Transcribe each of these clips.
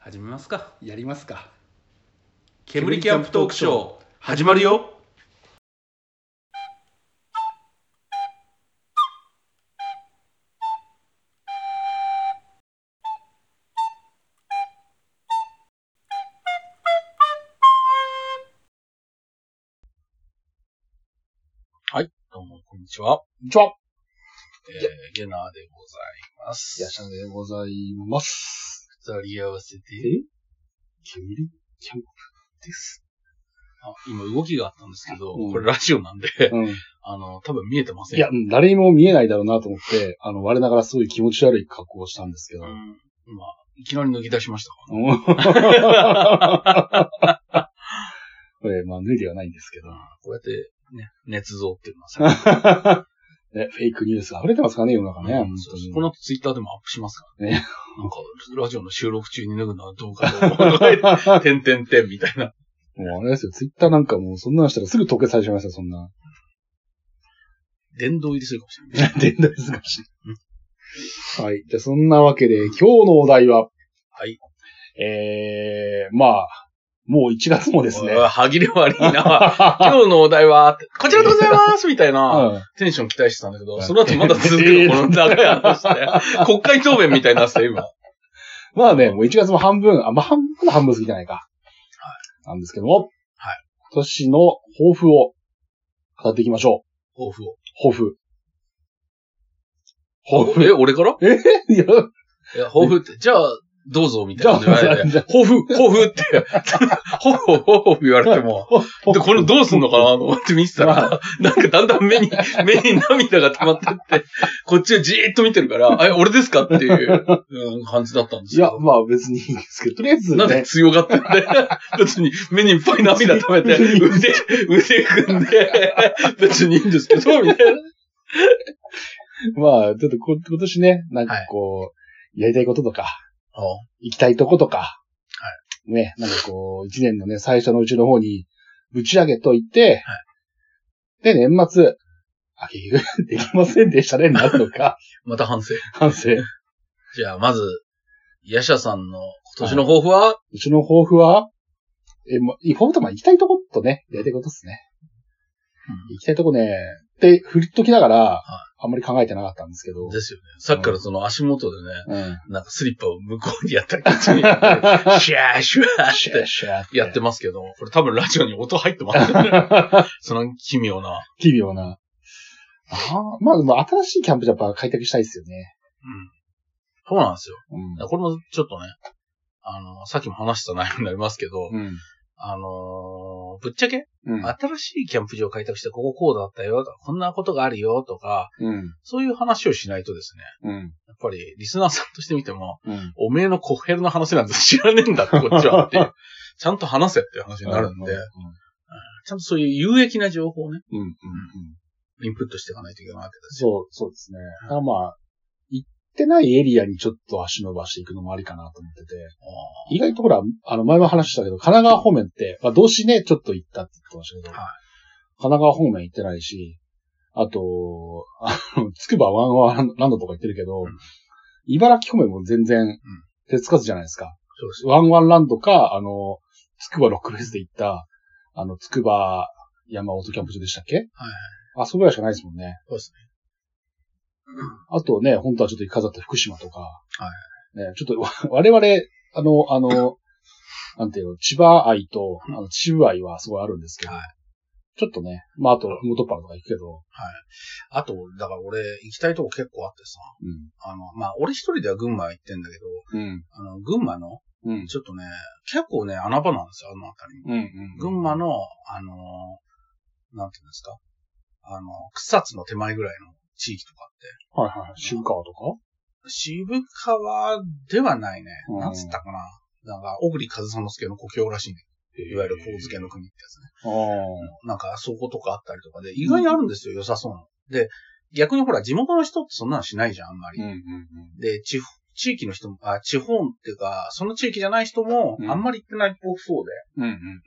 始めますかやりますか煙キャンプトークショー始まるよどうも、こんにちは。こんにちは。えー、ゲナーでございます。やしゃでございます二人合わせて、煙キャンプです、あ今動きがあったんですけど、うんこれラジオなんで、うん、い あの、多分見えてません。や、うん誰にも見えないだろうなと思ってあの我ながらすごい気持ち悪い格好 をしたんですけうど、ん。まあ、いきなり脱ぎ出しましたからねうんこれまあ脱いではないんですけどうんこうやって、ね、捏造っていうのはさ、ね、フェイクニュースが溢れてますからね、世の中ね。うん本そう当にこの後ツイッターでもアップしますからね。なんか、ラジオの収録中に脱ぐのはどうかと思うとか言って、 てんてんてんみたいな。 もうあれですよ、ツイッターなんかもうそんなのしたらすぐ凍結されちゃいますよ、そんな。 殿堂入りするかもしれない。伝達難しい。はい。じゃあそんなわけで、今日のお題は、はい。えー、まあ、もう1月もですねう。わ歯切れ悪いな。 今日のお題は、こちらでございますみたいな。うんテンション期待してたんだけど、はいその後まだ続くの、この長い話 で。国会答弁みたいになってたよ今。まあね、もう1月も半分、あ、まあ半分、半分過ぎてないか。なんですけども、はい今年の抱負を語っていきましょ抱負をう。。抱負。抱負。え、俺からえ いやいや、抱負って、じゃあ、どうぞ、みたいな。じゃあじゃあ抱負、抱負って、 抱負、抱負言われても、で、これどうすんのかなと思って見てたら、なんかだんだん目 に、目に涙が溜まってって、こっちをじーっと見てるから、え、俺ですかっていううん感じだったんですいや、よ。まあ別にいいんですけど、とりあえずなんでね、強がってんだよ。 別に目にいっぱい涙溜めて、腕、腕組んで、 別にいいんですけど、 みたいな。まあ、ちょっとこ今年ね、なんかはいこう、やりたいこととか、行きたいとことか、ね、なんかこう、一年のね、最初のうちの方にぶち上げといて、で、年末、あ、結局、できませんでしたね、なるのか、また反省。反省。じゃあ、まず、ヤシャさんの今年の抱負は、うちの抱負は、え、ま、抱負とまあ行きたいとことね、やりたいことですね。行きたいとこね、って振りときながら、あんまり考えてなかったんですけど。ですよね。さっきからその足元でね、うん。なんかスリッパを向こうにやったり、こっち にやったり シャーシュワーシっャーてシャーやってますけど、これ多分ラジオに音入ってますよね。 その奇妙な。奇妙な。あーまあ、でも新しいキャンプジャパー開拓したいですよね。うん。そうなんですよ。うんこれもちょっとね、あの、さっきも話した内容になりますけど、うん。あのーぶっちゃけ、うん。新しいキャンプ場を開拓して、こここうだったよ、とかこんなことがあるよ、とか、うん。そういう話をしないとですね、うん。やっぱりリスナーさんとしてみても、うん。おめえのコヘルの話なんて知らねえんだって、こっちはっていう。ちゃんと話せっていう話になるんで、ちゃんとそういう有益な情報をね、うん。うん。うん。インプットしていかないといけないわけですよ。そう、そうですね。だからまあ、行ってないエリアにちょっと足伸ばしていくのもありかなと思ってて。意外とほら、あの、前も話したけど、神奈川方面って、まあ、動詞ね、ちょっと行ったって言ってましたけど、はい神奈川方面行ってないし、あと、あの、つくばワンワンランドとか行ってるけど、うん茨城方面も全然、手つかずじゃないですか。そうですよ。ワンワンランドか、あの、つくばロックフェスで行った、あの、つくば山音キャンプ場でしたっけはいはい。あそこぐらいしかないですもんね。そうですあとね、本当はちょっと行かざった福島とか、はね、ちょっとわ 我々、あの、あの、なんていうの、千葉愛と、あの、秩父愛はすごいあるんですけね。ど、はい。ちょっとね、まあ、あと、元パンとか行くけど、はい。あと、だから俺、行きたいとこ結構あってさ、うあの、まあ、俺一人では群馬行ってんだけど、ん。うん。あの、群馬の、うん。ちょっとね、結構ね、穴場なんですよ、あの辺りも。うん。うん。群馬の、あのー、なんていうんですか、あの、草津の手前ぐらいの地域とかって、はいはい。渋川とか渋川ではないね。うんなんつったかな。なんか、小栗和之助の故郷らしいね。いわゆる光漬の国ってやつね。ああ。なんか、そことかあったりとかで、意外にあるんですよ、良さそうなの。で、逆にほら、地元の人ってそんなのしないじゃん、あんまり。うん。うん。で、地方、地域の人も、あ、地方っていうか、その地域じゃない人もう、んあんまり行ってないっぽそうで、うん。うん。うん。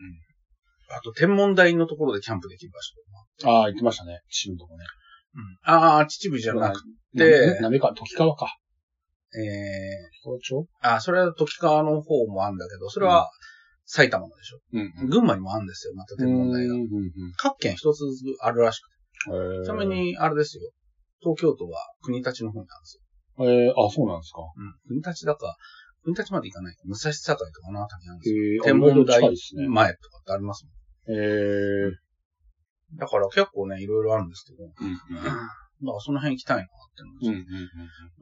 あと、天文台のところでキャンプできる場所とか。ああ、行きましたね。秩父のとこね。うん。ああ、秩父じゃなくて、なめか、時川か。え校長ー、あ、それは時川の方もあるんだけど、それは埼玉のでしょ。うんうん。群馬にもあるんですよ、また天文台が。各県一つずつあるらしくうんて。ちなみ。に、あれですよ。東京都は国立の方にあるんですよ。えー、あ、そうなんですか。うん。国立だか、国立まで行かないか。武蔵境とかあの辺りにあるんですよ。えー、天文台あ意外と近いですね。前とかってありますもえー、ん。だから結構ね、いろいろあるんですけど。うんだからその辺行きたいなってうのん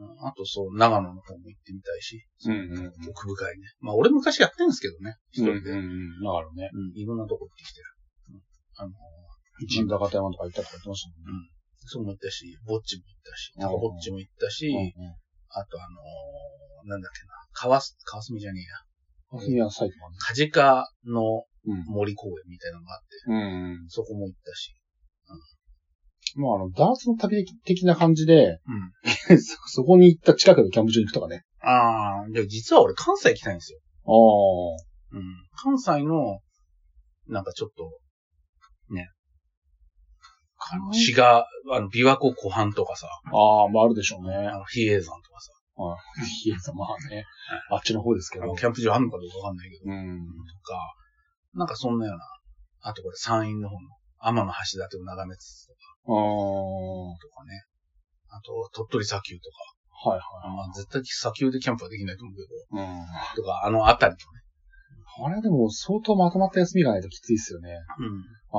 がうんあとそう、長野の方も行ってみたいし、うんうんうん奥深いね。まあ俺昔やってるんですけどね、一うんうん。人で。ううんんだからね、いろんなとこ行ってきてる。うんあのー、一高山とか行ったとか言ってましたそれも行ったし、ぼっちも行ったし、うんなんかぼっちも行ったし、もんね。うんうんあとあのー、なんだっけな、川す、川澄じゃねえや、あそこには埼玉ね。カジカのうん森公園みたいなのがあって、うん。そこも行ったし。まあ、あの、ダーツの旅的な感じで、そそこに行った近くのキャンプ場に行くとかね。ああ、でも実は俺関西行きたいんですよ。ああ。うん。関西の、なんかちょっと、ね。あの、滋賀、あの、琵琶湖湖畔とかさ、ああ、まああるでしょうね。あの、比叡山とかさ、いや、まあね。あっちの方ですけあのど。キャンプ場あるのかどうかわかんないけど、うん。とか、なんかそんなような、あとこれ山陰の方の、天の橋立を眺めつつとかああ。はね、あと、鳥取砂丘とか、いはい。まあ絶対砂丘でキャンプはできないと思うけうん。ど、とか、あの辺りあれでも相当まとまった休みがないときついですよね。のね。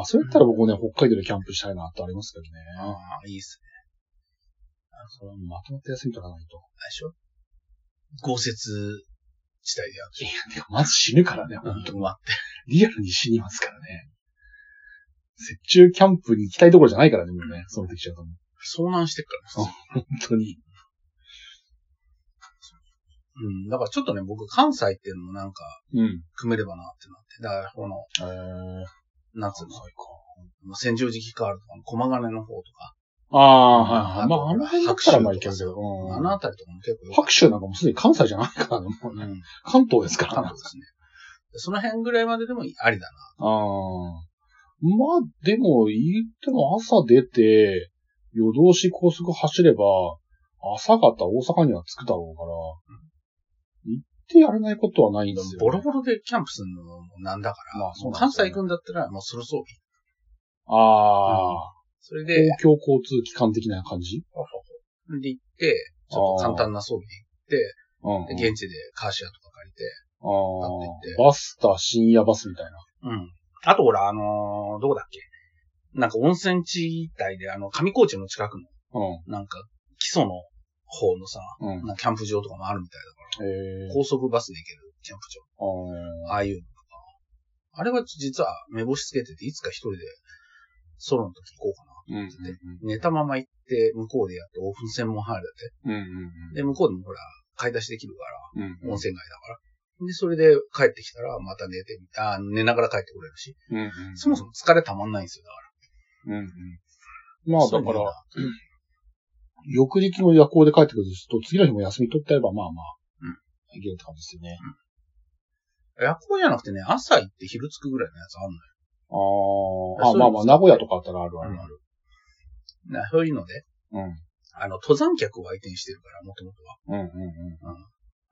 あ、そういったら僕ね、北海道でキャンプしたいなってありますけどうん。ね。ああ、いいっすね。あその、ままとまった休み取らないと。あれでしょ豪雪地帯であるでしょてか、まず死ぬからね、本当うん、まリアルに死にますからね。雪中キャンプに行きたいところじゃないからね、もうね。その時ちゃうともう。遭難してっからね。本当に。うん。だからちょっとね、僕、関西っていうのもなんか、うん。組めればなってなって。だから、この、えー、夏の関西、うん戦場時期カールとかの駒ヶ根の方とか、ああ、はいはい。まあ、あの辺だったらまあいけ白るけ州ど。うんあの辺りとかも結構良かっ白州なんかもうすでに関西じゃないからね、もうた。ね。うん。関東ですから関ね。東ですね。その辺ぐらいまででもありだああ。まあ、でも、言っても朝出て、夜通し高速走れば、朝方大阪には着くだろうから、行ってやれないことはないんでな。すよ、ボロボロでキャンプするのもなんだから、まあそもううなん関ですよ西ね行くんだったら、もうそろそろ、ああ、それで、公共交通機関的な感じで行って、ちょっと簡単な装備でうんうん。行って、で現地でカーシェアとか借りて、あなっててあ、バスだ、深夜バスみたいな。うん。あとほら、あのーどこだっけなんか温泉地帯で、あの、上高地の近くの、うん。なんか、基礎の方のさ、うん。なんかキャンプ場とかもあるみたいだから、ええ高速バスで行けるキャンプ場。あああいうのとか。あれは実は目星つけてて、いつか一人でソロの時行こうかな。ーうんうん寝たまま行って、向こうでやって、オフ専門入るだうんうんって。で、向こうでもほら、買い出しできるから、うんうん温泉街だから。で、それで帰ってきたら、また寝てみあ、寝ながら帰ってこれるし、うんうんそもそも疲れたまんないんですよ、だから。うんうんまあ、そうだいうのかいいなら、翌日の夜行で帰ってくると、次の日も休み取ってれば、まあまあ、いけるって感じですよね。夜行じゃなくてね、朝行って昼着くぐらいのやつあんあーそあ、うですまあまあ、名古屋とかあったらあるあのるよ。あある。るなそういうので、うん。あの、登山客を相手にしてるから、もともとは。うんうん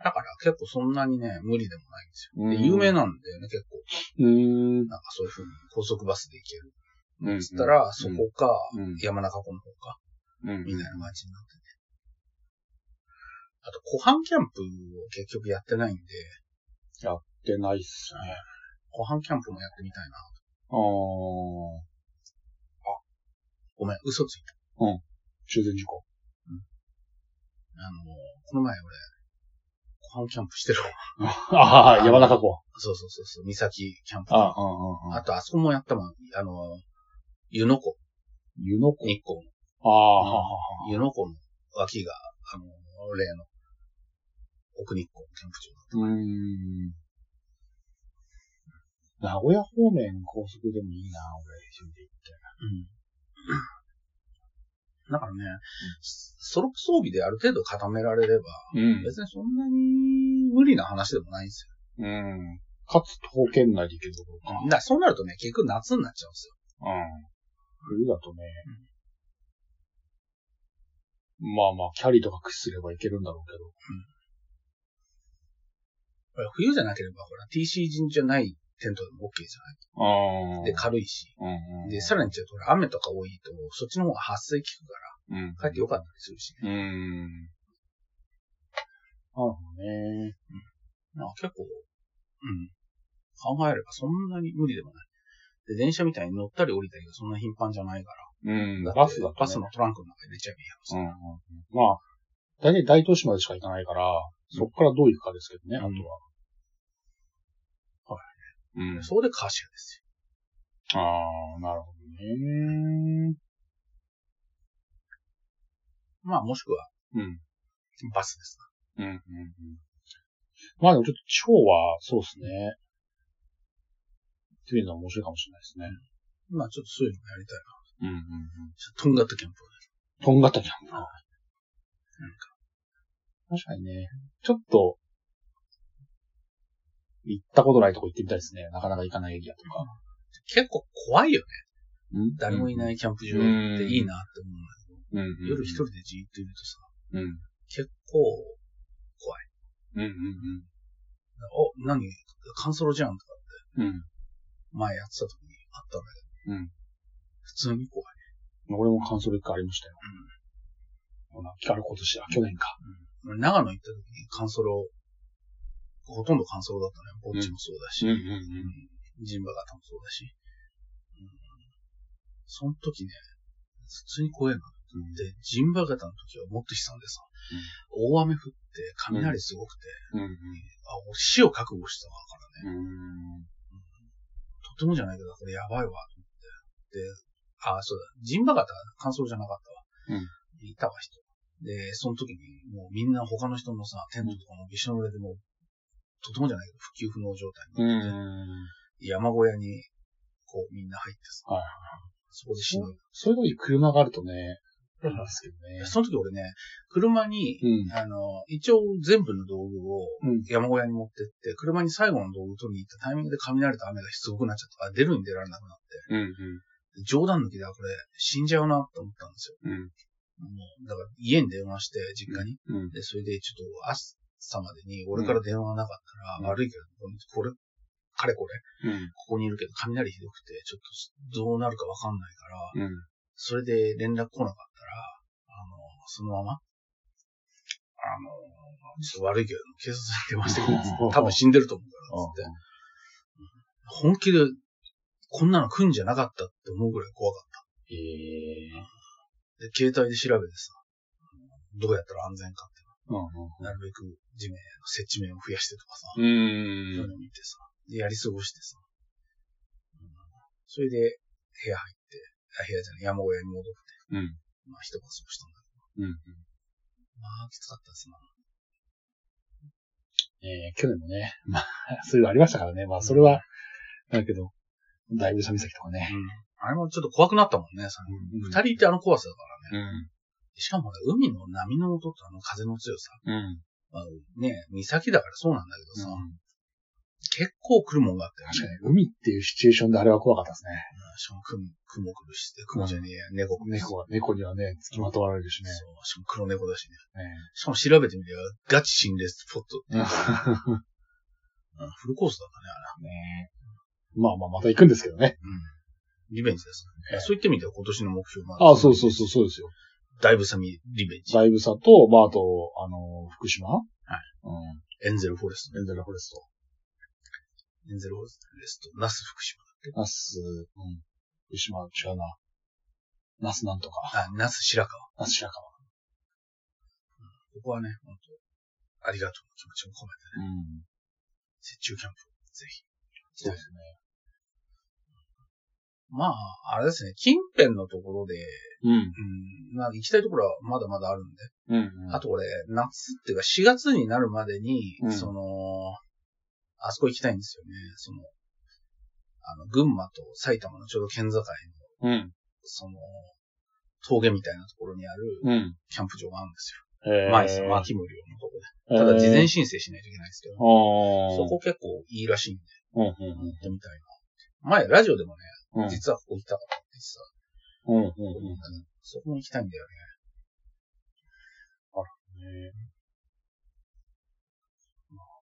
だから結構そんなにね、無理でもないんですよ。でうん有名なんだよね、結構。うん。うなんかそういう風に高速バスで行ける。ーん。うんつった、ら、そこか、うん。山中湖の方か、うんみたいな感じになってね。あと、湖畔キャンプを結局やってないんで、で、ないっすね。湖畔キャンプもやってみたいな。ああ。ごめん、嘘ついた。中禅寺湖。あの、この前俺、湖畔キャンプしてるわ。ああ、山中湖。そうそうそうそう、三崎キャンプ。あああ、うんうんうん。と、あそこもやったもん。あの、湯ノ湖、湯の湖。日光の。ああ、はあはあはあ。湯ノ湖の脇が、あの、例の、奥日光のキャンプ場だった。うーん。名古屋方面高速でもいいな、俺、一人で行って。うん。だからね、ソロ装備である程度固められれば、うん別にそんなに無理な話でもないんですよ。うん。かつ、徒歩圏内で行けるところか。だからそうなるとね、結局夏になっちゃうんですよ。うん。冬だとね。まあまあ、キャリーとか駆使すればいけるんだろうけど。ほら冬じゃなければ、ほら、TC 陣じゃないテントでも OK じゃなあいで、軽いし。うんうんで、さらにちょっとほら、雨とか多いと、そっちの方が発生効くかうん。ら、かえって良かったりするしね。うん。なるほどね。なんか結構、うん。考えればそんなに無理でもない。で、電車みたいに乗ったり降りたりがそんな頻繁じゃないから。うん。だってバスだと、ね。バスのトランクの中に入れちゃえばいいやうんうんうん。まあ、大体大都市までしか行かないから、そこからどう行くかですけどね、あうんとは。はい。うんろ。。そこでカーシェアですああ、なるほどね。よ。まあ、もしくは、うん。バスですうん、うん、うん。まあでもちょっと地方は、そうですね。っていうのは面白いかもしれないですね。な。まあ、ちょっとそういうのもやりたいな。うん、うん、ちょっととんがったキャンプ。うん。とんがったキャンプ。なんか。確かにね、ちょっと、行ったことないとこ行ってみたいですね。なかなか行かないエリアとか。結構怖いよね。うん誰もいないキャンプ場っていいなって思うんだけど、うんうん夜一人でじーっといるとさ、うん。結構、うん、うん、お、何カンソロじゃんとかってうん。うん。前やってた時にあったんだけど。うん。普通に怖い。俺も感想一回ありましたよ。うん。あれ今年だ、去年か。俺長野行った時にカンソロ、ほとんどカンソロだったね。ぼっちもそうだし、うんうんジンバガタもそうだし。うん、その時ね、普通に怖いな。で、ジンバガタの時はもっと悲惨でさ、大雨降って、雷すごくて、うん、うん、あ、俺死を覚悟してたからね。うん。とてもじゃないけど、これやばいわ、と思って。で、あ、そうだ、ジンバガタ、感想じゃなかったわ。うんいたわ、人。で、その時に、もうみんな他の人のさ、テントとかもびしょ濡れでもう、とてもじゃないけど、不休不能状態うにんなってて、山小屋に、こう、みんな入ってさ、はいはいそこで死ぬ。そういう時に車があるとね、いいんですけどでね。その時俺ね、車に、うん。あの、一応全部の道具をうん山小屋に持ってって、車に最後の道具取りに行ったタイミングで雷と雨がすごくなっちゃったから、出るに出られなくなって、うん、冗談抜きではこれ死んじゃうなと思ったんですよ。うん、うん、もう、だから家に電話して、実家に。うん、で、それでちょっと朝までに俺から電話がなかったら、うん悪いけど、これ、かれこれ、うん、ここにいるけど雷ひどくて、ちょっとどうなるかわかんないから、うん。それで連絡来なかったら、あの、そのまま、あの、ちょっと悪いけど、警察に電話してくれっつって多分死んでると思うから、つって。本気で、こんなの来んじゃなかったって思うぐらい怖かった。ええ。で、携帯で調べてさ、どうやったら安全かってうん、うん。いうの、なるべく地面、設置面を増やしてとかさ、そういううの見てさ、で、やり過ごしてさ、うんそれで、部屋入って、あ部屋じゃない、山小屋に戻って、うんまあ、一晩過ごしたんだけん、うん。ど、まあ、きつかったですな。ええ、去年もね、まあ、そういうのありましたからね。まあ、それは、だけど、だいぶ寒い先とかね。あれもちょっと怖くなったもんね、さうん二人いてあの怖さだからね。うん、しかもね、海の波の音とあの風の強さ、うん。まあ、ね、岬だからそうなんだけどさ、結構来るもんがあったよね確か。に、海っていうシチュエーションであれは怖かったですね。しかも雲、雲来るし、雲じゃねえや、猫来るし猫は、猫にはね、付きまとわれるしね。そう、しかも黒猫だしね。ねしかも調べてみれば、ガチ心霊スポット。うんフルコースだったね、あねまあまあ、また行くんですけどね。れ。うん。リベンジですええね。そういった意味では今年の目標が。ああ、そうそうそう、そうですよ。だいぶ寒いリベンジ。だいぶさと、まあ、あと、あの、福島はい。うエンゼルフォレストん。エね。ンゼルフォレスエンゼルフォレスト。ナス福島。ト。ナス、うん。福島、違うな。ナスなんとか。あ、ナス白川。ナス白川。ここはね、本当ありがとうの気持ちも込めて、うん。雪中キャンプ、ぜひ。そうですね。まあ、あれですね、近辺のところで、うん。うん、まあ行きたいところはまだまだあるんで、うん。あと俺、夏っていうか4月になるまでに、うんその、あそこ行きたいんですよね。その、あの、群馬と埼玉のちょうど県境の、うん。その、峠みたいなところにあるうん。キャンプ場があるんですえよ。前その秋森のとこえで。ーただ事前申請しないといけないんですけど、ああ。そこ結構いいらしいんで、うん。う行ん。ってみたいな。前、ラジオでもうんね、実はここ行ったからって言ってたうん。うん。と思うんだけど、そこも行きたいんだよね。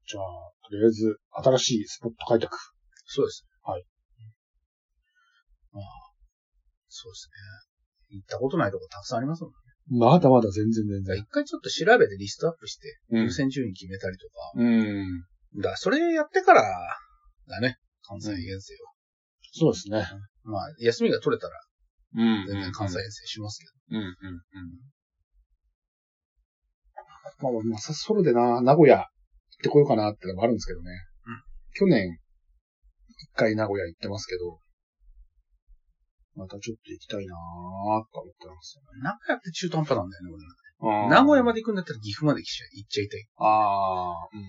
じゃあ、とりあえず、新しいスポット開拓。そうです。はい。まあ、そうですね。行ったことないとこたくさんありますもんね。まだまだ全然全だから然。一回ちょっと調べてリストアップして、うん優先順位決めたりとか。うん。だからそれやってから、だね。関西遠征は。そうですね。まあ、休みが取れたら、うん全然関西遠征しますけど。うんうんまあ、まあ、さソロでな、名古屋行ってこようかなってのもあるんですけどね。うん去年、一回名古屋行ってますけど、またちょっと行きたいなーとか思ってます名古屋って中途半端なんだよね、俺よね。名古屋までで行くんだったら岐阜まで来ちゃい行っちゃいたい。ああ、うん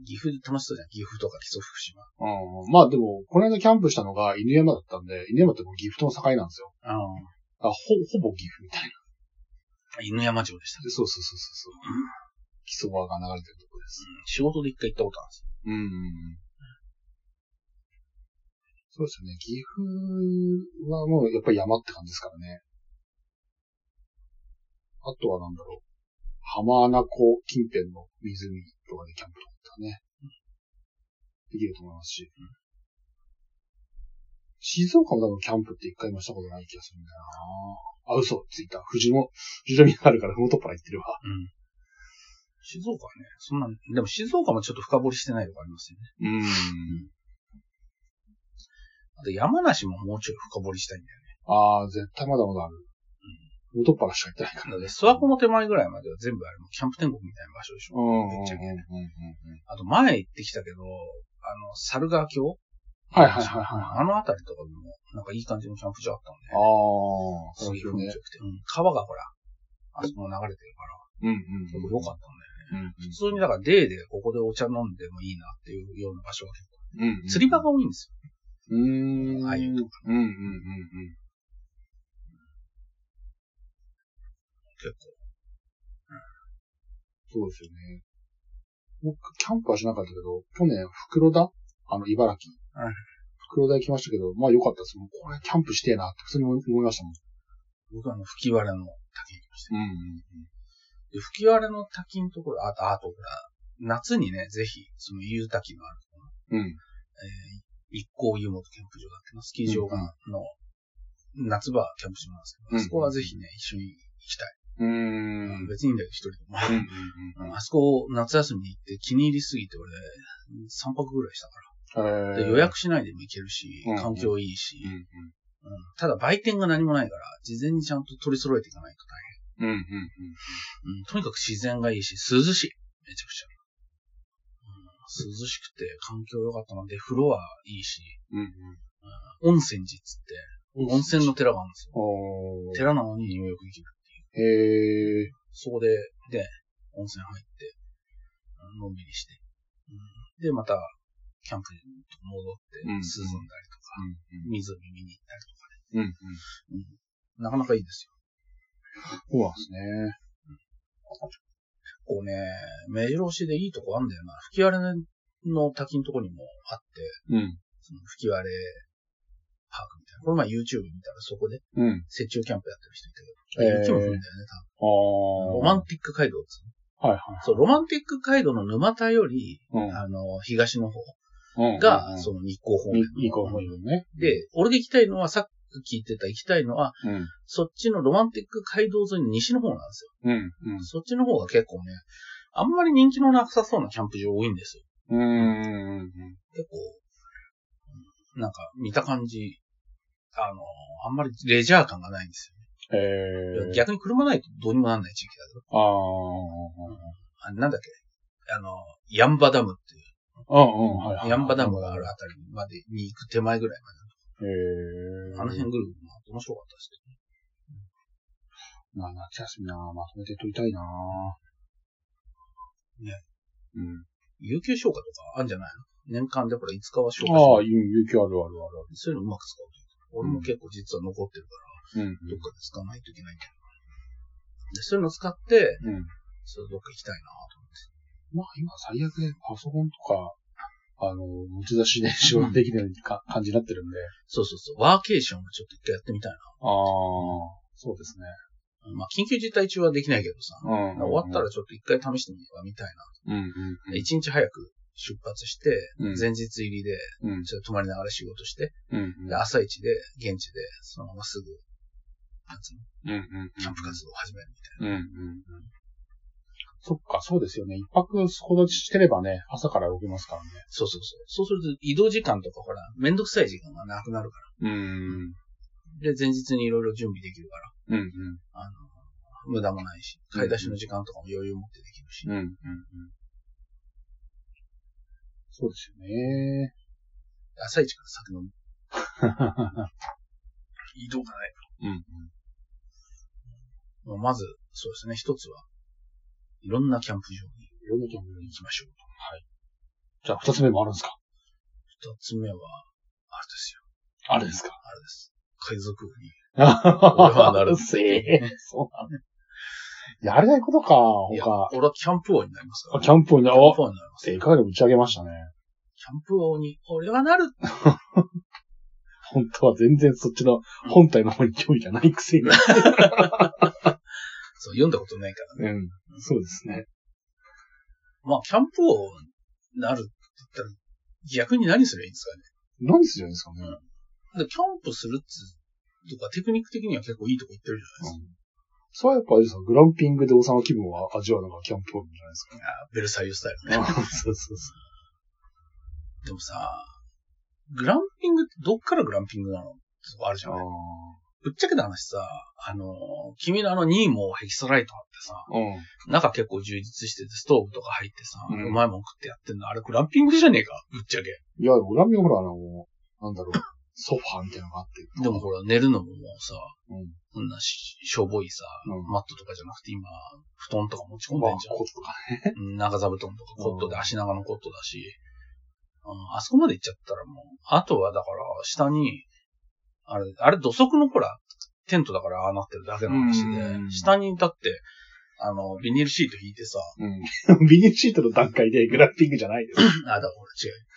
う岐阜楽しそうじゃん。岐阜とか木曽福島。んうん。うんまあでも、この間キャンプしたのが犬山だったんで、犬山ってもう岐阜との境なんですよ。ああ。あほ、ほぼ岐阜みたいな。犬山城でしたね。そうそうそうそうそう。木曽川が流れてるとこです。うん仕事で一回行ったことあるんですよ。うんうんうん。そうですよね。岐阜はもうやっぱり山って感じですからね。あとはなんだろう。浜名湖近辺の湖とかでキャンプとかだったらね。できると思いますし。静岡も多分キャンプって一回もしたことない気がするんだよなあ、嘘、ついた。富士も、富士のがあるから、ふもとっぱら行ってるわ。うん。静岡はね、そんな、でも静岡もちょっと深掘りしてないとこありますよね。うん。あと山梨ももうちょい深掘りしたいんだよね。ああ、絶対まだまだある。ふもとっぱらしか行ってないからな。ので、諏訪湖の手前ぐらいまでは全部あれもキャンプ天国みたいな場所でしょ。ぶぶっちゃけね。あと前行ってきたけど、あの、猿川峡はいはいはいはい。あの辺りとかでも、なんかいい感じのキャンプ場あったんで。ああ、そうすいごういね良く。て。うん川がほら、あそこ流れてるから、うんうんすごい良かったんだよね。うん普通にだからデーでここでお茶飲んでもいいなっていうような場所が結構。うんうん。釣り場が多いんですよ。うーん。ああいうとこうんうんうんうん。結構。そうですよね。僕、キャンプはしなかったけど、去年、袋田あの、茨城。うん袋田行きましたけど、まあ良かったです。もうこれキャンプしてえなって普通に思いましたもん。僕はあの、吹割れの滝に行きました。うんで、吹割れの滝のところ、あと、あとほら、夏にね、ぜひ、その、夕滝のあるところ、うんうん。えー、一向湯本キャンプ場だっけな、スキー場が、の、夏場はキャンプ場なんですけど、うんあそこはぜひね、一緒に行きたい。うん。うん。別にいいんだけど、一人でも。うんうんうんあそこ、夏休みに行って気に入りすぎて、俺、3泊ぐらいしたかうん。ら。えーで予。約しないでも行けるしうんうん、環境いいし、うんうんただ売店が何もないから、事前にちゃんと取り揃えていかないと大うん。うんうんうん。変。うんとにかく自然がいいし、涼しい。めちゃくちゃ。うん涼しくて、環境良かったので、風呂はいいし、うんうん。温泉寺っつって、温泉の寺があるんですよ。おー。寺なのに入浴できるっていう。へー。そこで、で、温泉入って、うんのんびりして。うんで、また、キャンプに戻って、涼うんんだりとか、湖見に行ったりとかうんうん。ね。うんなかなかいいですよ。そうなんですね。こうね、目白押しでいいとこあんだよな。吹き割れの滝のとこにもあって、うん。その吹き割れパークみたいな。この前 YouTube 見たらそこで、うん。雪中キャンプやってる人いたけど、雪もえー降るんだよね、ああ。多分。ロマンティック街道ですね。はいはい。そう、ロマンティック街道の沼田より、うんあの、東の方うんが、うんその日光方面に。二個方面ね。で、俺が行きたいのは、さっき言ってた行きたいのは、うん。そっちのロマンティック街道沿いの西の方なんですよ。うん。そっちの方が結構ね、あんまり人気のなさそうなキャンプ場多いんですよ。うん。うん。うん。結構、うんなんか見た感じ、あの、あんまりレジャー感がないんですえよ。え。逆に車ないとどうにもなんない地域だけど。ああ。あなんだっけあの、ヤンバダムっていううんうん。はいは、い。ヤンバダムがあるあたりまでに行く手前ぐらいへえ。まで。あの辺ぐるぐる回って面白かったですけまあ、夏休みな、まとめて撮りたいな。ね。うん。ど。有給消化とかあるんじゃないの年間でほら5日は消化ああ、する。勇気あるあるあそういうのうまく使うというか。俺も結構実は残ってるから、る。うん。どっかで使わないといけないんだよなで、そういうの使って、うん。それどっか行きたいなと思って。まあ、今、最悪でパソコンとか、あの、持ち出しで仕事できないか感じになってるんで。そうそうそう。ワーケーションをちょっと一回やってみたいな。ああ、そうですね。うん。まあ、緊急事態中はできないけどさ、うん終わったらちょっと一回試してみようかみたいうんうんな。一日早く出発して、うん前日入りで、うんちょっと泊まりながら仕事して、うんで朝一で、現地で、そのまますぐ、なんつうのうんうんキャンプ活動を始めるみたいうんうんうんそっか、そうですよね。一泊ほどしてればね、朝から動けますからね。な。そうそうそう。そうすると移動時間とかほら、めんどくさい時間がなくなるかうん。ら。で、前日にいろいろ準備できるから。うんうん。あの、無駄もないし、買い出しの時間とかも余裕を持ってできるし。うんうんうん。そうですよね。朝一から酒飲む。 移動がないかうんら。まあまず、そうですね、一つは、いろんなキャンプ場にうん。夜のキャンプ行きましょう。じゃあ二つ目もあるんですか二つ目は、あれですよ。あるんですか あれです。海賊王に。あは なるせえ。 そうなの。やれないことか、いや、他。俺はキャンプ王になりますかあら。キャンプにな、キャンおプ王になります。いかがでも打ち上げましたね。キャンプ王に、俺はなる本当は全然そっちの本体の方に興味がないくせに。そう、読んだことないからね。うん。そうですね。まあ、キャンプ王になるって言ったら、逆に何すればいいんですかね。何するんですかね。でキャンプするっつ、とか、テクニック的には結構いいとこ行ってるじゃないですか。それはやっぱあれですか、グランピングで王様気分を味わうのがキャンプなんじゃないですか。あベルサイユスタイルね。そうそうそでもさ、グランピングってどっからグランピングなのってとこあるじゃう。あないぶっちゃけた話さ、あの、君のあのニーモヘキサライトあってさ、あ。うん。中結構充実してて、ストーブとか入ってさ、うんうまいもん食ってやってんの。あれグランピングじゃねえか、ぶっちゃけ。いや、グランピングほら、あの、なんだろう、ソファーみたいなのがあって。でもほら、寝るのももうさ、うんこんなししょぼいさ、うんマットとかじゃなくて今、布団とか持ち込んまあでんじゃん、コットとかね。うん長座布団とかコットで足長のコットだし、うんあそこまで行っちゃったらもう、あとはだから下に、あれ、あれ土足のほら、テントだからああなってるだけの話うで、ん下にだって、あの、ビニールシート引いてさ、うん。ビニールシートの段階でグランピングじゃないです。 あ、だから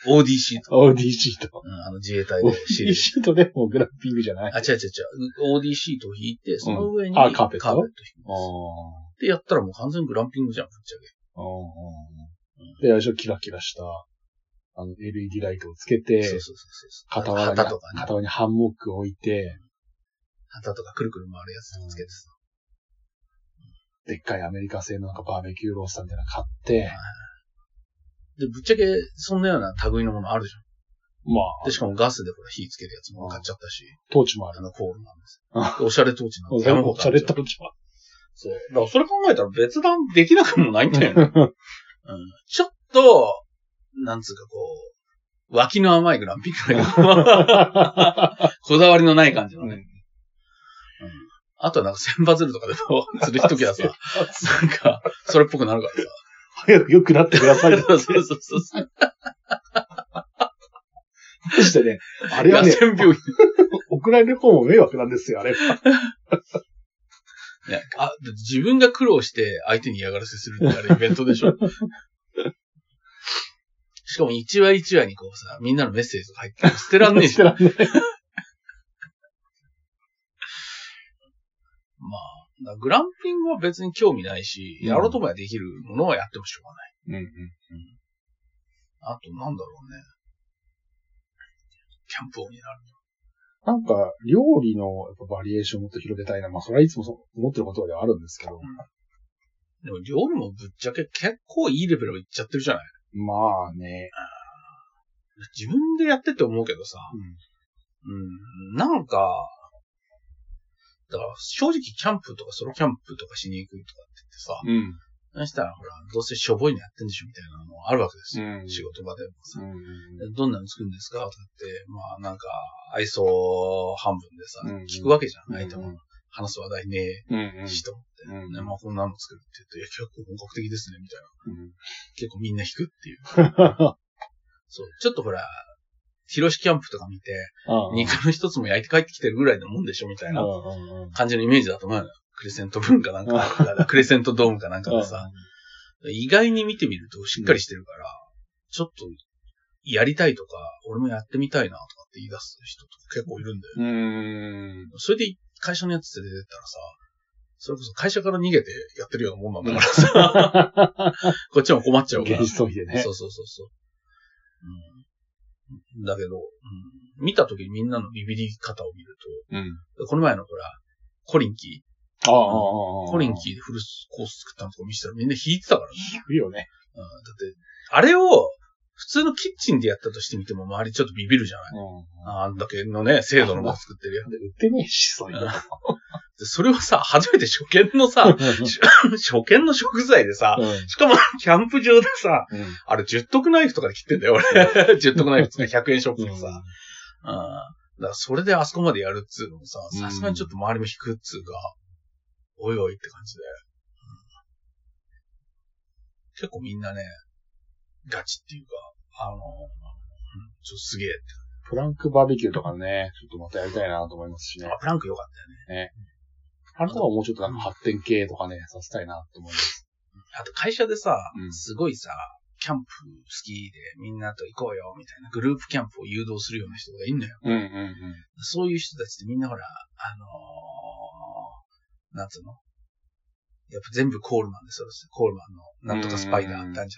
俺違う。OD シート。 OD シート。うん、あの自衛隊で OD シール。シートでもうグランピングじゃない。あ、違う違う違う。OD シートを引いて、その上に、あカーペットカーペットあ引いて。ーで、やったらもう完全にグランピングじゃん、ぶっちゃけ。で、あれでしょ、キラキラした、あの、LED ライトをつけそてう、そうそうそう。片輪に、旗とかね。片輪にハンモックを置いて、旗とかくるくる回るやつとかつけてさ。でっかいアメリカ製のなんかバーベキューロースターみたいなの買って、で、ぶっちゃけ、そんなような類のものあるじゃまん。あで、、しかもガスでほら火つけるやつも買っちゃったし、トーチもあある。のコールなんですよ。でおしゃれトーチなんて山ほ おどしゃあるれじゃトんーチ もあるそう。だからそれ考えたら別段できなくもないんだ よね。うん、ちょっと、なんつうかこう、脇の甘いグランピング がこだわりのない感じのね。うんあとはなんか千羽鶴とかでも するときはさ、なんか、それっぽくなるから さ。早く良くなってくださ い。そうそうそうそう。そしてね、あれは野ね、戦病院送られる方も迷惑なんですよ、あれ。ね、あ、だって自分が苦労して相手に嫌がらせするってあれイベントで しょしかも一話一話にこうさ、みんなのメッセージが入ってる捨てらんねえししてょ。まらんねあ、だからグランピングは別に興味ないし、うんやろうともやできるものはやってもしょうがない。うんうん。あとなんだろうね。キャンプ王になる。なんか、料理のやっぱバリエーションをもっと広げたいな。まあ、それはいつもそう思ってることではあるんですけど。でも料理もぶっちゃけ結構いいレベルいっちゃってるじゃないまあね。自分でやってって思うけどさ、うん、なんか、だから正直キャンプとかソロキャンプとかしに行くとかって言ってさ、うん。うそん。したらほら、どうせしょぼいのやってんでしょみたいなのもあるわけですよ。うん仕事場でもさう。んうんどんなの作るんですかとかって、まあなんか、愛想半分でさ、うん聞くわけじゃん。うん相手も話す話題ねうん。えしと思って。うんねまあこんなの作るって言うと、いや結構本格的ですね、みたいな。うん。結構みんな弾くっていう。 そう。ちょっとほら、広しキャンプとか見て、うん。肉の一つも焼いて帰ってきてるぐらいのもんでしょみたいなうんうん感じのイメージだと思うのよ。クレセント文化なんか、クレセントドームかなんかでさ、意外に見てみるとしっかりしてるから、ちょっと、やりたいとか、俺もやってみたいなとかって言い出す人とか結構いるんだよ。うん。それで会社のやつ連れてったらさ、それこそ会社から逃げてやってるようなもんなんだ からさ。こっちも困っちゃうから。現実逃避でねそうそうそうそう。うん、だけど、うん、見た時にみんなのビビり方を見るうん。と、この前のほら、コリンキー、ああ、コリンキーでフルコース作ったのとか見せたらみんな引いてたからね。ー。いいよね。うん、だって、あれを普通のキッチンでやったとしてみても周りちょっとビビるじゃないうん。あんだけのね、精度のもの作ってるやん。売ってねえし、そういうの。でそれをさ、初めて初見のさ、初見の食材でさ、しかもキャンプ場でさ、うんあれ十徳ナイフとかで切ってんだよ、俺。十徳ナイフとか100円ショップうのんさ。うん。だからそれであそこまでやるっつうのもさ、さすがにちょっと周りも引くっつうか、おいおいって感じで。うん結構みんなね、ガチっていうか、あの、うんちょっとすげえって。プランクバーベキューとかね、ちょっとまたやりたいなと思いますしね。あ、プランク良かったよね。あれとかもうちょっとなんか発展系とかね、させたいなと思います。あと会社でさ、うんすごいさ、キャンプ好きでみんなと行こうよみたいなグループキャンプを誘導するような人がいんのよ。うんうんうん。そういう人たちってみんなほら、あのー、なんつうのやっぱ全部コールマンでそうです。コールマンのなんとかスパイダーあったんじゃん、赤い。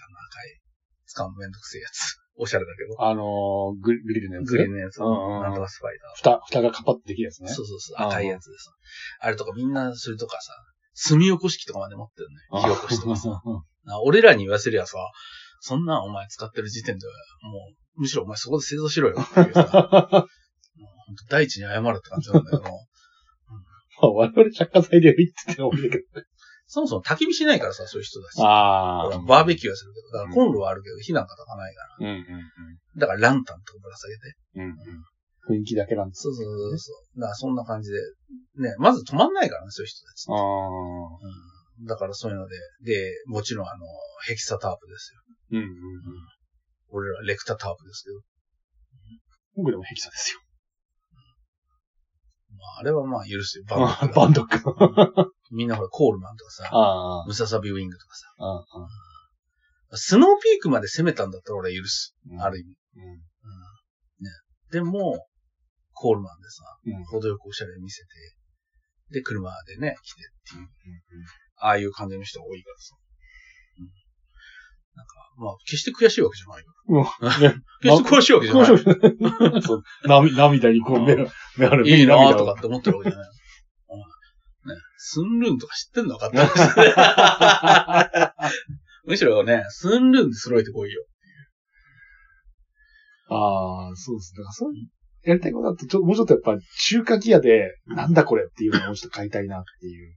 使うのめんどくせえやつ。 おしゃれだけど。あのー、グリグリルのやつグリーンのやつ。うんうんうんなんとかスパイダー。蓋、蓋がカパってできるやつね。そうそうそう。赤いやつです。あれとかみんなそれとかさ、炭起こし器とかまで持ってるのよ。火起こしとかさ。うんうんな俺らに言わせりゃさ、そんなんお前使ってる時点で、もう、むしろお前そこで製造しろよっていう さ、もうほんと大地に謝るって感じなんだけど、 まあ我々着火剤でやりって言ってもいいんだけそもそも焚き火しないからさ、そういう人だしど。。あほあら。バーベキューはするけど、だからコンロはあるけど、火なんか焚かないかうんうんら。だからランタンとかぶら下げて。うん。うんうん。雰囲気だけなんです。そうそうそうそう。だからそんな感じで、ね、まず止まんないからね、そういう人たちってあ。あ。うん、だからそういうので、で、もちろんあの、ヘキサタープですよ。うんうんうん。俺らレクタタープですけど。僕でもヘキサですよ。まあ、あれはまあ許すよ。バンドだかあらーバンドか。みんなほら、コールマンとかさ、あムササビウィングとかさ。あ。スノーピークまで攻めたんだったら俺は許す。ある意味。うん。うんね、でも、コールマンでさ、うん程よくおしゃれ見せて、で、車でね、来てっていう。ああいう感じの人が多いからさ。うんなんか、まあ、決して悔しいわけじゃないよ。うん 決して悔しいわけじゃない。そう涙涙にこう目が、目が、いいなーとか涙をって思ってるわけじゃない。うんね、スンルーンとか知ってんのかって話 むしろね、スンルーンで揃えてこいよ。ああ、そうです。だからそういう、やりたいことだと、ちょっともうちょっとやっぱ中華ギアで、なんだこれっていうのをちょっと買いたいなっていう。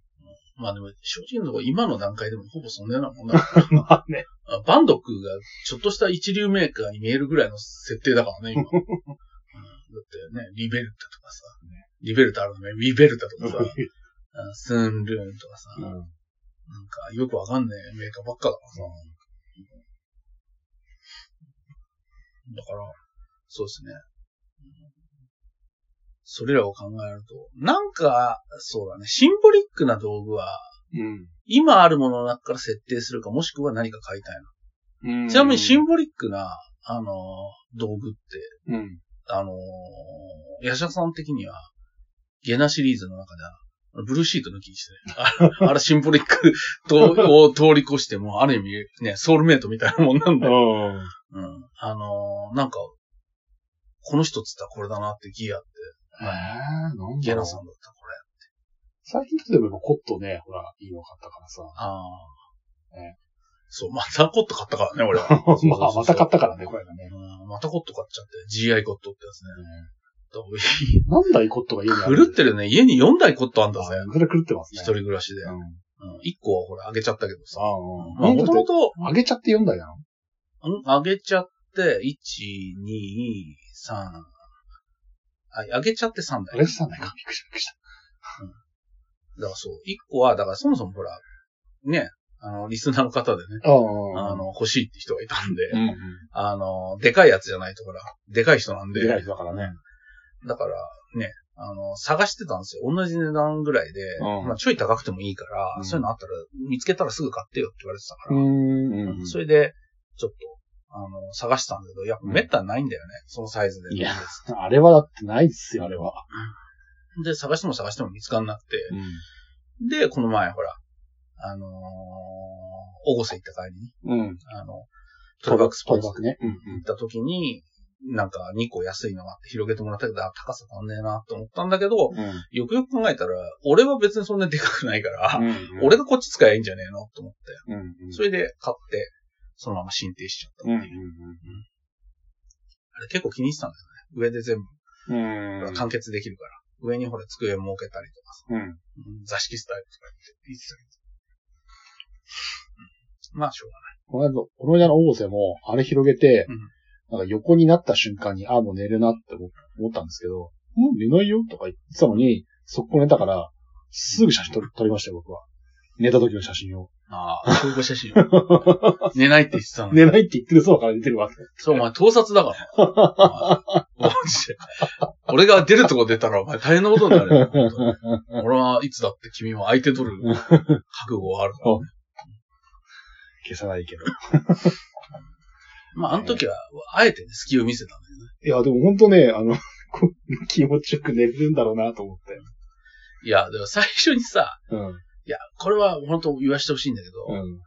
まあでも、正直なところ今の段階でもほぼそんなようなもんだかまあね。ら。あバンドクがちょっとした一流メーカーに見えるぐらいの設定だからね、今。うんだってね、リベルタとかさ、リベルタあるのね、リベルタとかさ、あスンルーンとかさ、なんかよくわかんねえメーカーばっかだからさ。だから、そうですね。それらを考えると、なんか、そうだね、シンボリックな道具は、うん。今あるものの中から設定するか、もしくは何か買いたいうんな。ちなみにシンボリックな、あのー道具って、うん。あのー、ヤシャさん的には、ゲナシリーズの中では、ブルーシート抜きにしてね。あれ、あれシンボリックとを通り越して、もうある意味、ね、ソウルメイトみたいなもんなんだよ。うん。うん。あのー、なんか、この人っつったらこれだなってギアって、えー、なんゲだろナうさんだったらこれ。最近ちょっとでもやっぱコットね、ほら、いいの買ったからさ。ああ。ねそう、またコット買ったからね、俺は。 まあ、また買ったからね、これがね。うんまたコット買っちゃって、GI コットってやつね。だ何台コットが家にあからる狂ってるね。家に4台コットあんだあぜ。それ狂ってますね。一人暮らしで。う。うん1個はほら、あげちゃったけどさ。あまあ、あ、うん。もともと、あげちゃって4台なのうんあげちゃって、1、2、3、あ、あげちゃって3あ台。れ3台か。びっくりしたびっくりした。だからそう。1個は、だからそもそもほら、ね、あの、リスナーの方でね、あああ、の、欲しいって人がいたんで、うん。あの、でかいやつじゃないとほら、でかい人なんで、でかい人だからね。だから、ね、あの、探してたんですよ。同じ値段ぐらいで、うんまあ、ちょい高くてもいいから、うんそういうのあったら、見つけたらすぐ買ってよって言われてたかうら、んうん。それで、ちょっと、あの、探してたんだけど、やっぱめったにないんだよね、そのサイズで。いやあれはだってないっすよ、あれは。で、探しても探しても見つかんなくて、うん。で、この前、ほら、あのー、オゴセ行った帰りに、うん。あの、トルバックスポーツトルバックね。うん行った時に、なんか2個安いのがあって広げてもらったけど、あ高さ足んねえなと思ったんだけど、うん。よくよく考えたら、俺は別にそんなでかくないから、うん俺がこっち使えばいいんじゃねえのと思って、うんうんそれで買って、そのまま進呈しちゃった。うんうんあれ結構気に入ってたんだよね。上で全部うん。うん。完結できるから。上にほら机を設けたりとかさ、うん。うん座敷スタイルとか言って言ってたけど。うんまあ、しょうがこの間、この間の大瀬も、あれ広げて、なんか横になった瞬間に、ああ、もう寝るなって思思ったんですけど、もう寝ないよとか言ってたのに、速攻寝たから、すぐ写真撮り撮りましたよ、僕は。寝た時の写真なを。い。ああ、証拠写真。 寝ないって言ってたのに。 寝ないって言ってるそうから寝てるわ け。そう、お前盗撮だから。お前マジで俺が出るとこ出たら、お前大変なことになるよ本当に。俺はいつだって君は相手取る覚悟はあるから。消さないけど。まあ、あの時は、あえてね、隙を見せたんだよね。いや、でも本当ね、あの、 こう気持ちよく寝れるんだろうなと思って。いや、でも最初にさ、うん。いや、これは本当言わしてほしいんだけど、うん。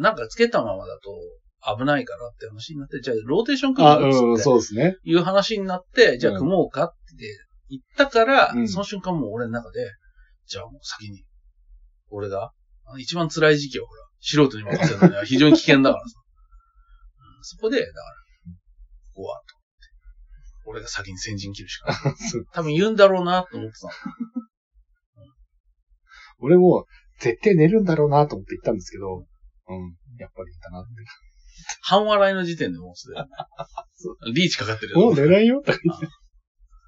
なんかつけたままだと危ないからって話になって、じゃあローテーション組あ、もううよっん、つってそうですね。いう話になって、じゃあ組もうかって言ったから、うんその瞬間もう俺の中で、じゃあもう先に、俺が、あの一番辛い時期をほら、素人に任せるのは非常に危険だからさ。うんそこで、だから、ここは、と思って俺が先に先陣切るしか ない。多分言うんだろうなと思ってたの。俺も、絶対寝るんだろうなと思って言ったんですけど、うん。やっぱりだなって。半笑いの時点でもうすで そに。リーチかかってるもうよ。寝ないよとか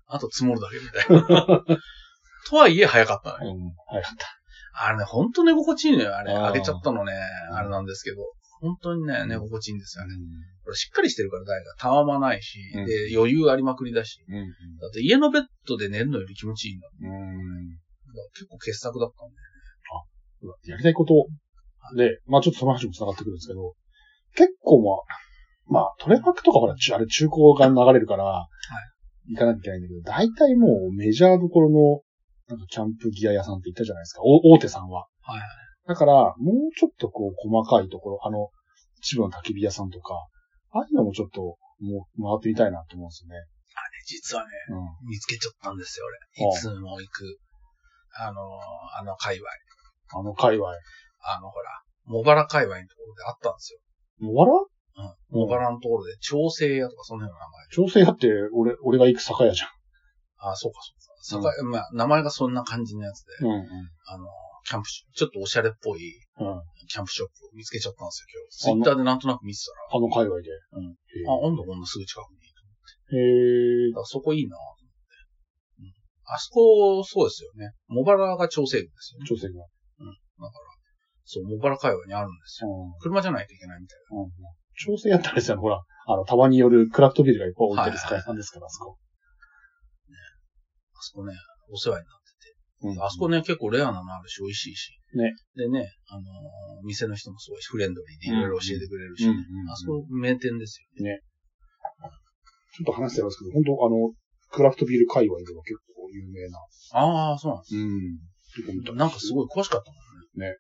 あと積もるだけみたいな。 とはいえ早かったね。言って。うん。はい。あれね、ほんと寝心地いいのよ。あれ、あー上げちゃったのね、あれなんですけど。本当にね、寝心地いいんですよね。これしっかりしてるから台がたわまないし、うんで、余裕ありまくりだし。うん。だって家のベッドで寝るのより気持ちいいんだ。うん。だから結構傑作だったんで。やりたいことで、まあちょっとその話も繋がってくるんですけど、結構まあ、まあトレファクとかほら、ちあれ中古が流れるから、行かなきゃいけないんだけど、大体もうメジャーどころの、なんかキャンプギア屋さんって言ったじゃないですか、お大手さんは。はいはいだから、もうちょっとこう、細かいところ、あの、千葉の焚き火屋さんとか、ああいうのもちょっと、もう、回ってみたいなと思うんですよね。実はね、うん。見つけちゃったんですよ、あ俺。いつも行く。あのー、あの界隈。あの界隈。あの、ほら、茂原界隈のところであったんですよ。もうわらうん。茂原のところで、調整屋とかその辺の名前。調整やって、俺、俺が行く酒屋じあ、そうかそうか。酒屋まあ、名前がそんな感じのやつで。ゃん。うん、あの、キャンプシちょっとおしゃれっぽいうん。うん。キャンプショップを見つけちゃったんですよ、今あの日。ツイッターでなんとなく見てたあの界隈で。うんへーら、あ、温度こんなすぐ近くに。へえだ。からそこいいなぁと思って。うんあそこ、そうですよね。茂原が調整部ですよね。調整が。そう、茂原界隈にあるんですよ。うん。車じゃないといけないみたいうん。調整やったらですよ、ほら、あの、たまによるクラフトビールがいっぱい置いてる酒屋さんですから、あそこ。な。あそこね、お世話になってて。うんあそこね、結構レアなのあるし、美味しいし。ね。でね、あのー店の人もすごいフレンドリーでいうんろいろ教えてくれるしうんねうんうん。あそこ名店ですよ。ちょっと話してますけど、本当あの、クラフトビール界隈では結構有名な。ああ、そうなんうん。結構見たなんかすごい詳しかったもんね。ね。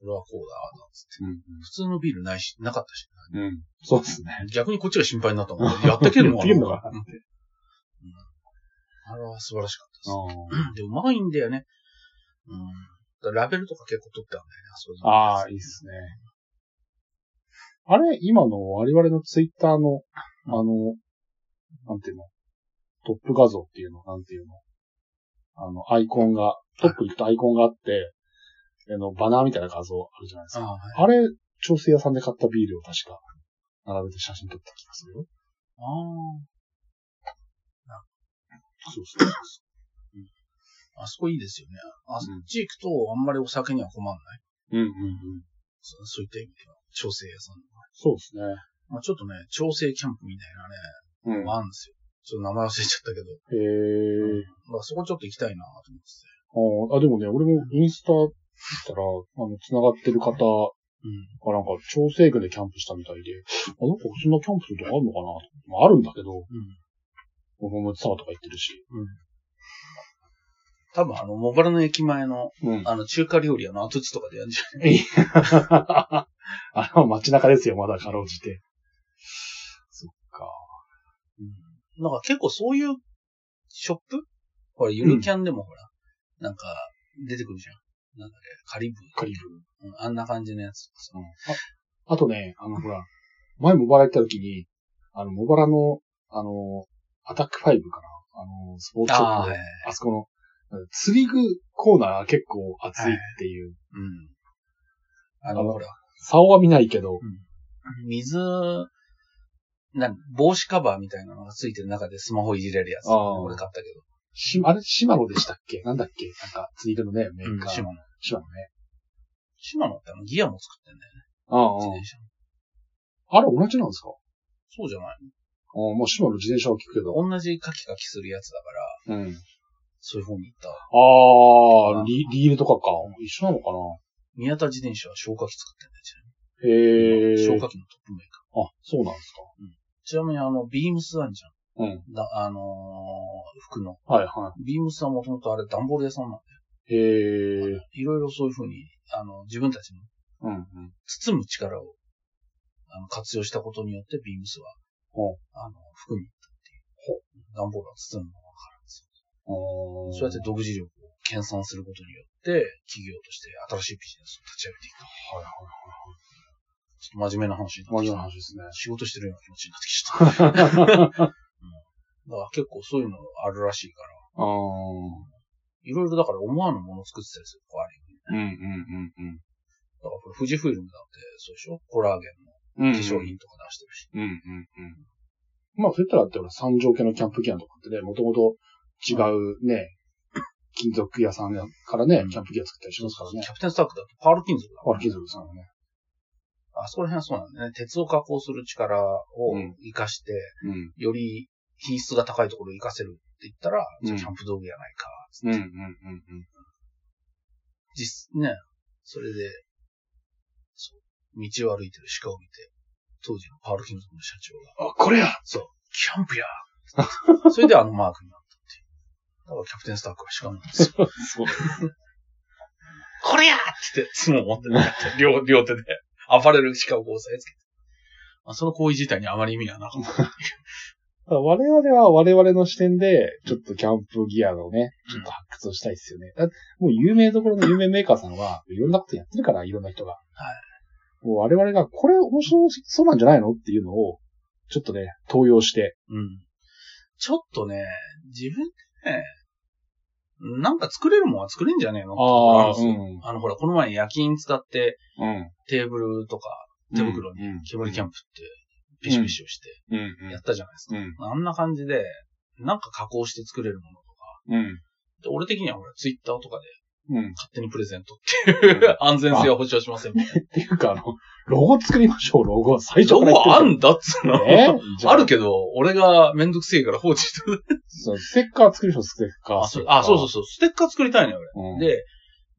これはこうだ、ああだっつって。うん。普通のビールないし、なかったし。うん。そうですね。逆にこっちが心配になったもんね。やってけんのやっかてなけんのかなって。あれは素晴らしかったあです。ーで、うまいんだよね。うん。だからラベルとか結構取ってあるんだよね、あそこあー、いいっすね。あれ、今の我々のツイッターの、あの、なんていうの、トップ画像っていうの、なんていうの、あの、アイコンが、トップに行くとアイコンがあって、あの、バナーみたいな画像あるじゃないですあか。あ、はい。あれ、調整屋さんで買ったビールを確か、並べて写真撮った気がするよ。ああそうそうそうそあそこいいですよね。あそうんっち行くと、あんまりお酒には困らない。う。うんうんうん。そそういった意味では、調整屋さん。そうですね。まあちょっとね、調整キャンプみたいなね、うん。あるんですよ。ちょっと名前忘れちゃったけど。へえ。まあそこちょっと行きたいなと思ってて。あーあ、でもね、俺もインスタ行ったら、あの、繋がってる方、うん。あなんか、調整区でキャンプしたみたいで、あ、なんかそんなキャンプするとこあるのかなまあ、あるんだけど、うん。僕もサーとか行ってるし。うん多分あの、茂原の駅前の、うん。あの、中華料理屋の跡地とかでやるんじゃないあの、街中ですよ、まだかろうじて。そっか。なんか結構そういうショップほら、ゆるキャンでもほら、なんか出てくるじゃん。なんだっけ、カリブ。カリブ。うん、あんな感じのやつとかさ。あとね、あの、ほら、前茂原行った時に、あの、茂原の、あの、アタック5かなあの、スポーツショップのあーはいはいはいあそこの、釣り具コーナーが結構熱いっていう。うん。ああの、のほら、竿は見ないけど、水、なん帽子カバーみたいなのがついてる中でスマホいじれるやつ。あー俺買ったけど。し、あれ、シマノでしたっけなんだっけなんか、釣り具のね、メーカー。シマノ。シマノね。シマノってあのギアも作ってんだよね。あ自あ転車の。あ、あれ同じなんですかそうじゃないああもうシマノ自転車を聞くけど。の同じカキカキするやつだから、うん。そういう方に行った。ああ、リリールとかか。一緒なのか宮田自転車は消火器作ってんだよちなみになへえ。消火器のトップメーカー。あ、そうなんですちなみにあの、ビームスあんじゃん。うん。だ、あのー服の。か。はいはビームスはもともとあれ、段ボール屋さんなんだよ。い。へえ。いろいろそういうふうに、あの、自分たちのうんうん。包む力を、あの、活用したことによって、ビームスは、ほあの、服に行ったっていう。段ボールは包むのがわかるんですあーよ。そうやって独自力を研鑽することによって、企業として新しいビジネスを立ち上げていくと。はいはいはい。ちょっと真面目な話になっマてジきのた。話ですね。仕事してるような気持ちになってきちゃった。だから結構そういうのあるらしいから、ああ。ういろいろだから思わぬものを作ってたりする。こうある意味んうんうんうん。だからこれ富士フイルムだって、そうでしょコラーゲンのうん化粧品とか出してるし。うんうんうん。まあ、そういったらって、俺、三条系のキャンプギアとかってね、もともと違うね、金属屋さんからね、キャンプギア作ったりしますからねキ。ャプテンスタークだとパール金属だ、あ、金属さんはね。あそこら辺はそうなんだよね。鉄を加工する力をうん活かして、うん。より品質が高いところを活かせるって言ったら、うんじゃあキャンプ道具やないか。うんうんうんうん。実、ね、それで、そう、道を歩いてる鹿を見て、当時のパール金属の社長が、あ、これやそう、キャンプや それであのマークになったっていう。だからキャプテンスタークは鹿なんですよ。そう。これやって言って、相撲持ってね、両、両手で、暴れる鹿をこう押さえつけて。まあ、その行為自体にあまり意味はなかった。我々は我々の視点で、ちょっとキャンプギアのね、ちょっと発掘をしたいですよね。だもう有名どころの有名メーカーさんは、いろんなことやってるから、いろんな人が。はい。もう我々が、これ面白そうなんじゃないのっていうのを、ちょっとね、投用して。うん。ちょっとね、自分でね、なんか作れるもんは作れんじゃねえのってところあるんですよん。あの、ほら、この前夜勤使って、うん。テーブルとか、手袋に、に煙キャンプって、ビシビシをして、うんやったじゃないですか。うんあんな感じで、なんか加工して作れるものとか、うん。で俺的にはほら、ツイッターとかでうん。っ勝手にプレゼントって いう、安全性は保証しませんみたいなていうか、あの、ロゴ作りましょう、ロゴ。最初ロから言ってゴるあからんだっ つうの、えじゃあるけど、俺がめんどくせえから放置してる。そうステッカー作りましょう、ステッカー。あ、そう、あ、そうそうそそう。ステッカー作りたいのよ、うん。俺。、で、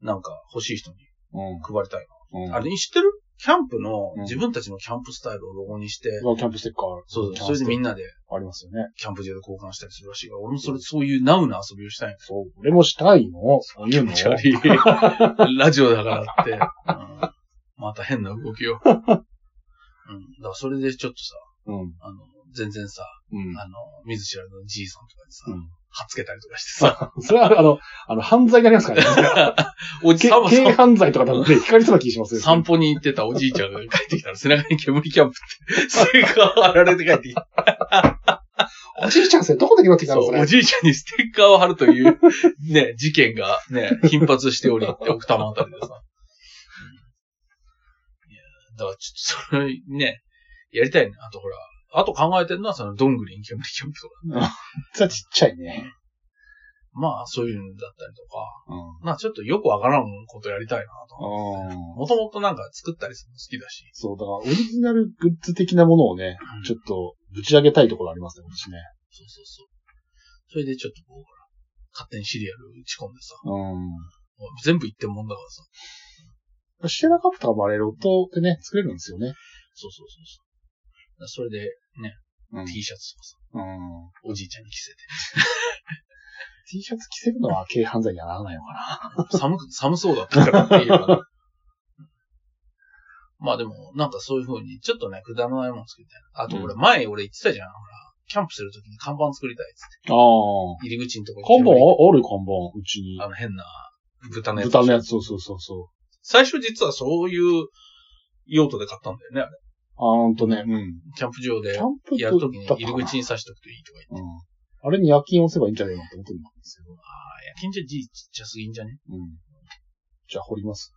なんか欲しい人にうん。配りたいうん。な。あれ、知ってるキャンプのうん、自分たちのキャンプスタイルをロゴにして、キャンプステッカー。そうそう。それでみんな。なでありますよね。キャンプ場で交換したりするらしいから、俺もそれ、そういうナウな遊びをしたいそう、俺もしたいの。 そういうの。の。チャリー。 ラジオだからって。うんまた変な動 きを。うん。だからそれでちょっとさ、うん。あの、全然さ、うん。あの、見ず知らずのじいさんとかにさ、うんはっつけたりとかしてさ、それは、あの、あの、犯罪になりますからね。 おじ けさんも軽犯罪とか多分ね、光りそうな気しますよ。散歩に行ってたおじいちゃんが帰ってきたら背中に煙キャンプって、ステッカー貼られて帰ってきた。おじいちゃんそれどこで拾ってきたのそ、そうれ。おじいちゃんにステッカーを貼るという、ね、事件がね、頻発しており、奥多摩あたりでさ。うんいや、だからちょっとそれね、やりたいね。あとほら、あと考えてるのはそのどんぐりに煙キャンプとか。それはちっちゃいね。まあそういうのだったりとか、うん。まあちょっとよくわからんことやりたいなと思ってああ。もともとなんか作ったりするの好きだし。そう、だから、オリジナルグッズ的なものをね、ちょっと、ぶち上げたいところありますね、私ね。そうそうそう。それでちょっとこう、ほら勝手にシリアル打ち込んでさ、う全部言ってもんだからさ。ん。シェラカップとかもあれ、ロットでね、作れるんですよね。そうそうそうそう。だそれで、ね、うん T シャツとかさ、うん。おじいちゃんに着せて。 T シャツ着せるのは軽犯罪にはならないのかな。寒く、 寒そうだったからっていうのがね。まあでも、なんかそういう風に、ちょっとね、くだらないもん作りたい。あと俺、前俺言ってたじゃん。ほら、キャンプするときに看板作りたいっつっああ。て。入り口のところ看板おる看板、うちにあ。の変な豚のやつ。豚のやつ、そうそうそうそう。最初実はそういう用途で買ったんだよねあれ。あーほんとね、うん。キャンプ場キでャンプやるときに入り口に刺しとくといいとか言って。うん。あれに夜勤押せばいいんじゃないかって思ってるんですけあど。あ、夜勤じゃ字ちっちゃすぎんじゃねうん。じゃあ掘ります。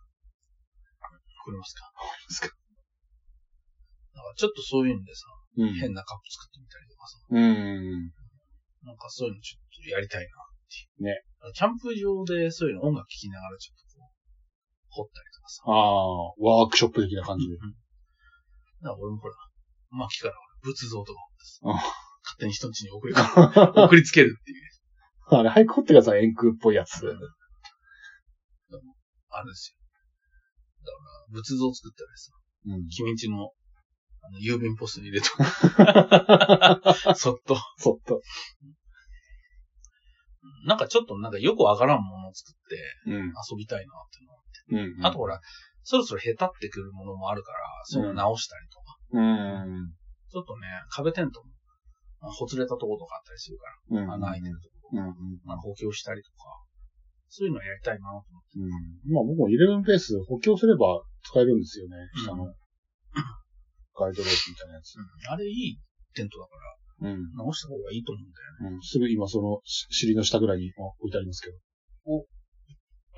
わかりますかわかりますか。だからちょっとそういうのでさ、う変なカップ作ってみたりとかさ、うなん。んかそういうのちょっとやりたいなっていう。ね。キャンプ場でそういうの音楽聴きながらちょっとこう、掘ったりとかさ。ああ、ワークショップ的な感じ で。だから俺もほら、巻から俺仏像とか持うんってさ勝手に人んちに送りか、 送りつけるっていう。あれ、早く掘ってください、円空っぽいやつ。あれですよ。だから、仏像作ったらさ、うん。君んちの、あの、郵便ポストに入れとく。 そっと。そっと。なんかちょっとなんかよくわからんものを作ってうん。遊びたいなっていうのはうんあと、ほら、そろそろ下手ってくるものもあるから、そういうの直したりとか。うん。ちょっとね、壁テントも、まあほつれたとことかあったりするからうん。、穴開いてるとこうろ、ん。うん。まあ、補強したりとか、そういうのやりたいなと思って。うん。まあ僕も11ベース補強すれば使えるんですよね。うん下の。ガイドロープみたいなやつ。うんあれいいテントだかうん。ら、直した方がいいと思うんだよね。うん、すぐ今そのし尻の下ぐらいにあ置いてありますけど。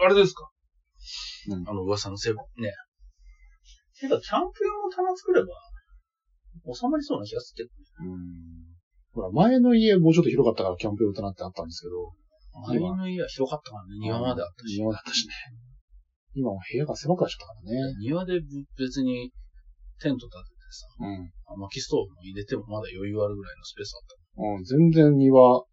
あれですかうんあの噂のセブン、ね。てか、キャンプ用の棚作れば、収まりそうな気がするけうん。ほら、前の家もうちょっと広かったからキャンプ用だなってあったんですけど。ど、前の家は広かったからね、庭まであったし。庭まであったしね。今は部屋が狭くなっちゃったからね。庭でぶ別にテント立ててさ、うん。薪ストーブも入れてもまだ余裕あるぐらいのスペースあったうん、全然庭、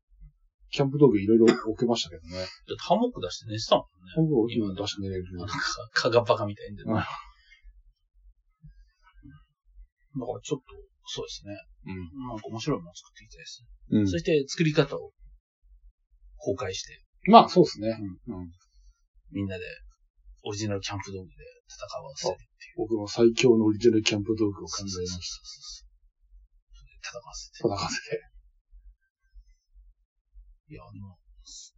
キャンプ道具いろいろ置けましたけどね。だってハンモック出して寝てたもんキャね。ンプ道具今出して寝れる。なんかさ、蚊がバカみたいに出てうんだからちょっと、そうですね。なんか面白いもの作っていきたいですね。うん。うんそ。して作り方を公開して、まあ、そうですね。うん。みんなでオリジナルキャンプ道具で戦わせる。僕の最強のオリジナルキャンプ道具を考えそうまそうそうそうしそう戦わせてた。。戦わせて。いや、あの、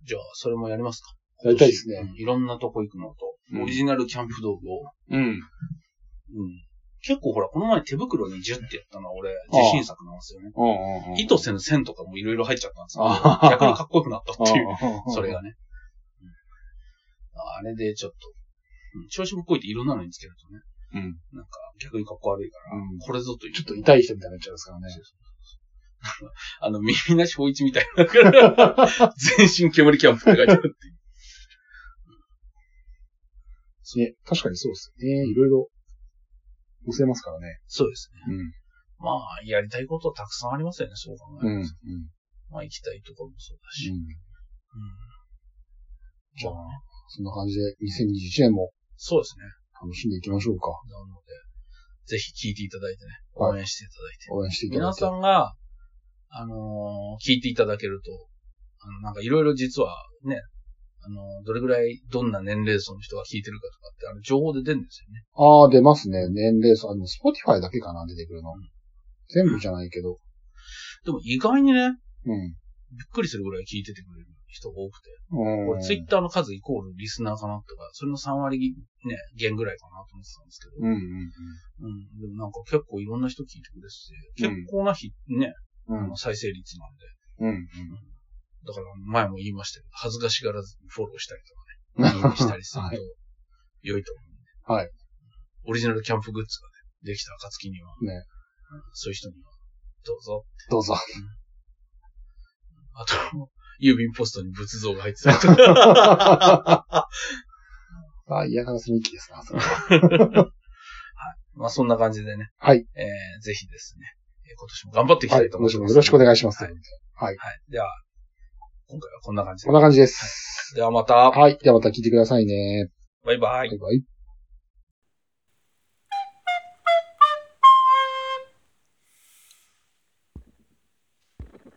じゃあ、それもやりますか。やりたいですね今年。うんいろんなとこ行くのうんと、オリジナルキャンプ道具を。うん。うん。結構ほら、この前手袋に10ってやったのは俺、ああ自信作なんですよね。うんうんうん。意図せぬ線とかもいろいろ入っちゃったんですけあど、あ逆にかっこよくなったっていう、うんそれ。がね。うんあれでちょっと、うん調子ぶっこいていろんなのにつけるとね、うん。なんか逆にかっこ悪いから、うん。これぞという。ちょっと痛い人みたいになっちゃうんですからね。あの、耳なし法一みたいな。 全身煙キャンプって書いてある。ね、確かにそうですよね。いろいろ、載せますからね。そうですね。まあ、やりたいことたくさんありますよね、そう考えうるん。うんと。。まあ、行きたいところもそうだし。うんじゃあ、そんな感じで、2021年もそうですね。楽しんでいきましょうか。なので、ぜひ聞いていただいてね、はい応援していただいて。応援していただ皆いて。さんが、あのー聞いていただけると、あのなんかいろいろ実はね、あのーどれぐらい、どんな年齢層の人が聞いてるかとかって、あの、情報で出るんですよね。ああ、出ますね。年齢差。あの、Spotify だけかな、出てくるの。全部じゃないけど。でも意外にね、うん。びっくりするぐらい聞いててくれる人が多くて、うこん。れツイッターの数イコールリスナーかなとか、それの3割ね、減ぐらいかなと思ってたんですけど、うんうんうん、でもなんか結構いろんな人聞いてくれてて、結構な日、ね、うん。あうんの。再生率なんで、うん。だから前も言いましたけど、恥ずかしがらずフォローしたりとかね、いいねしたり すると良いと思うんで。はいオリジナルキャンプグッズがね、できた暁には、ねうんそういう人には、どうぞ。どうぞ。あと、郵便ポストに仏像が入ってたりと か、ああ、嫌がらせ日記で すな、それはまあそんな感じでね、はい。えー、ぜひですね、えー今年も頑張っていきたはいい。と思もいしもまよす。ろしくお願いします。はいはい。はい。では、今回はこんな感じでこん。な感じです。ではまた、はい。ではまた聞いてくださいね。バイバイバ。イバイ。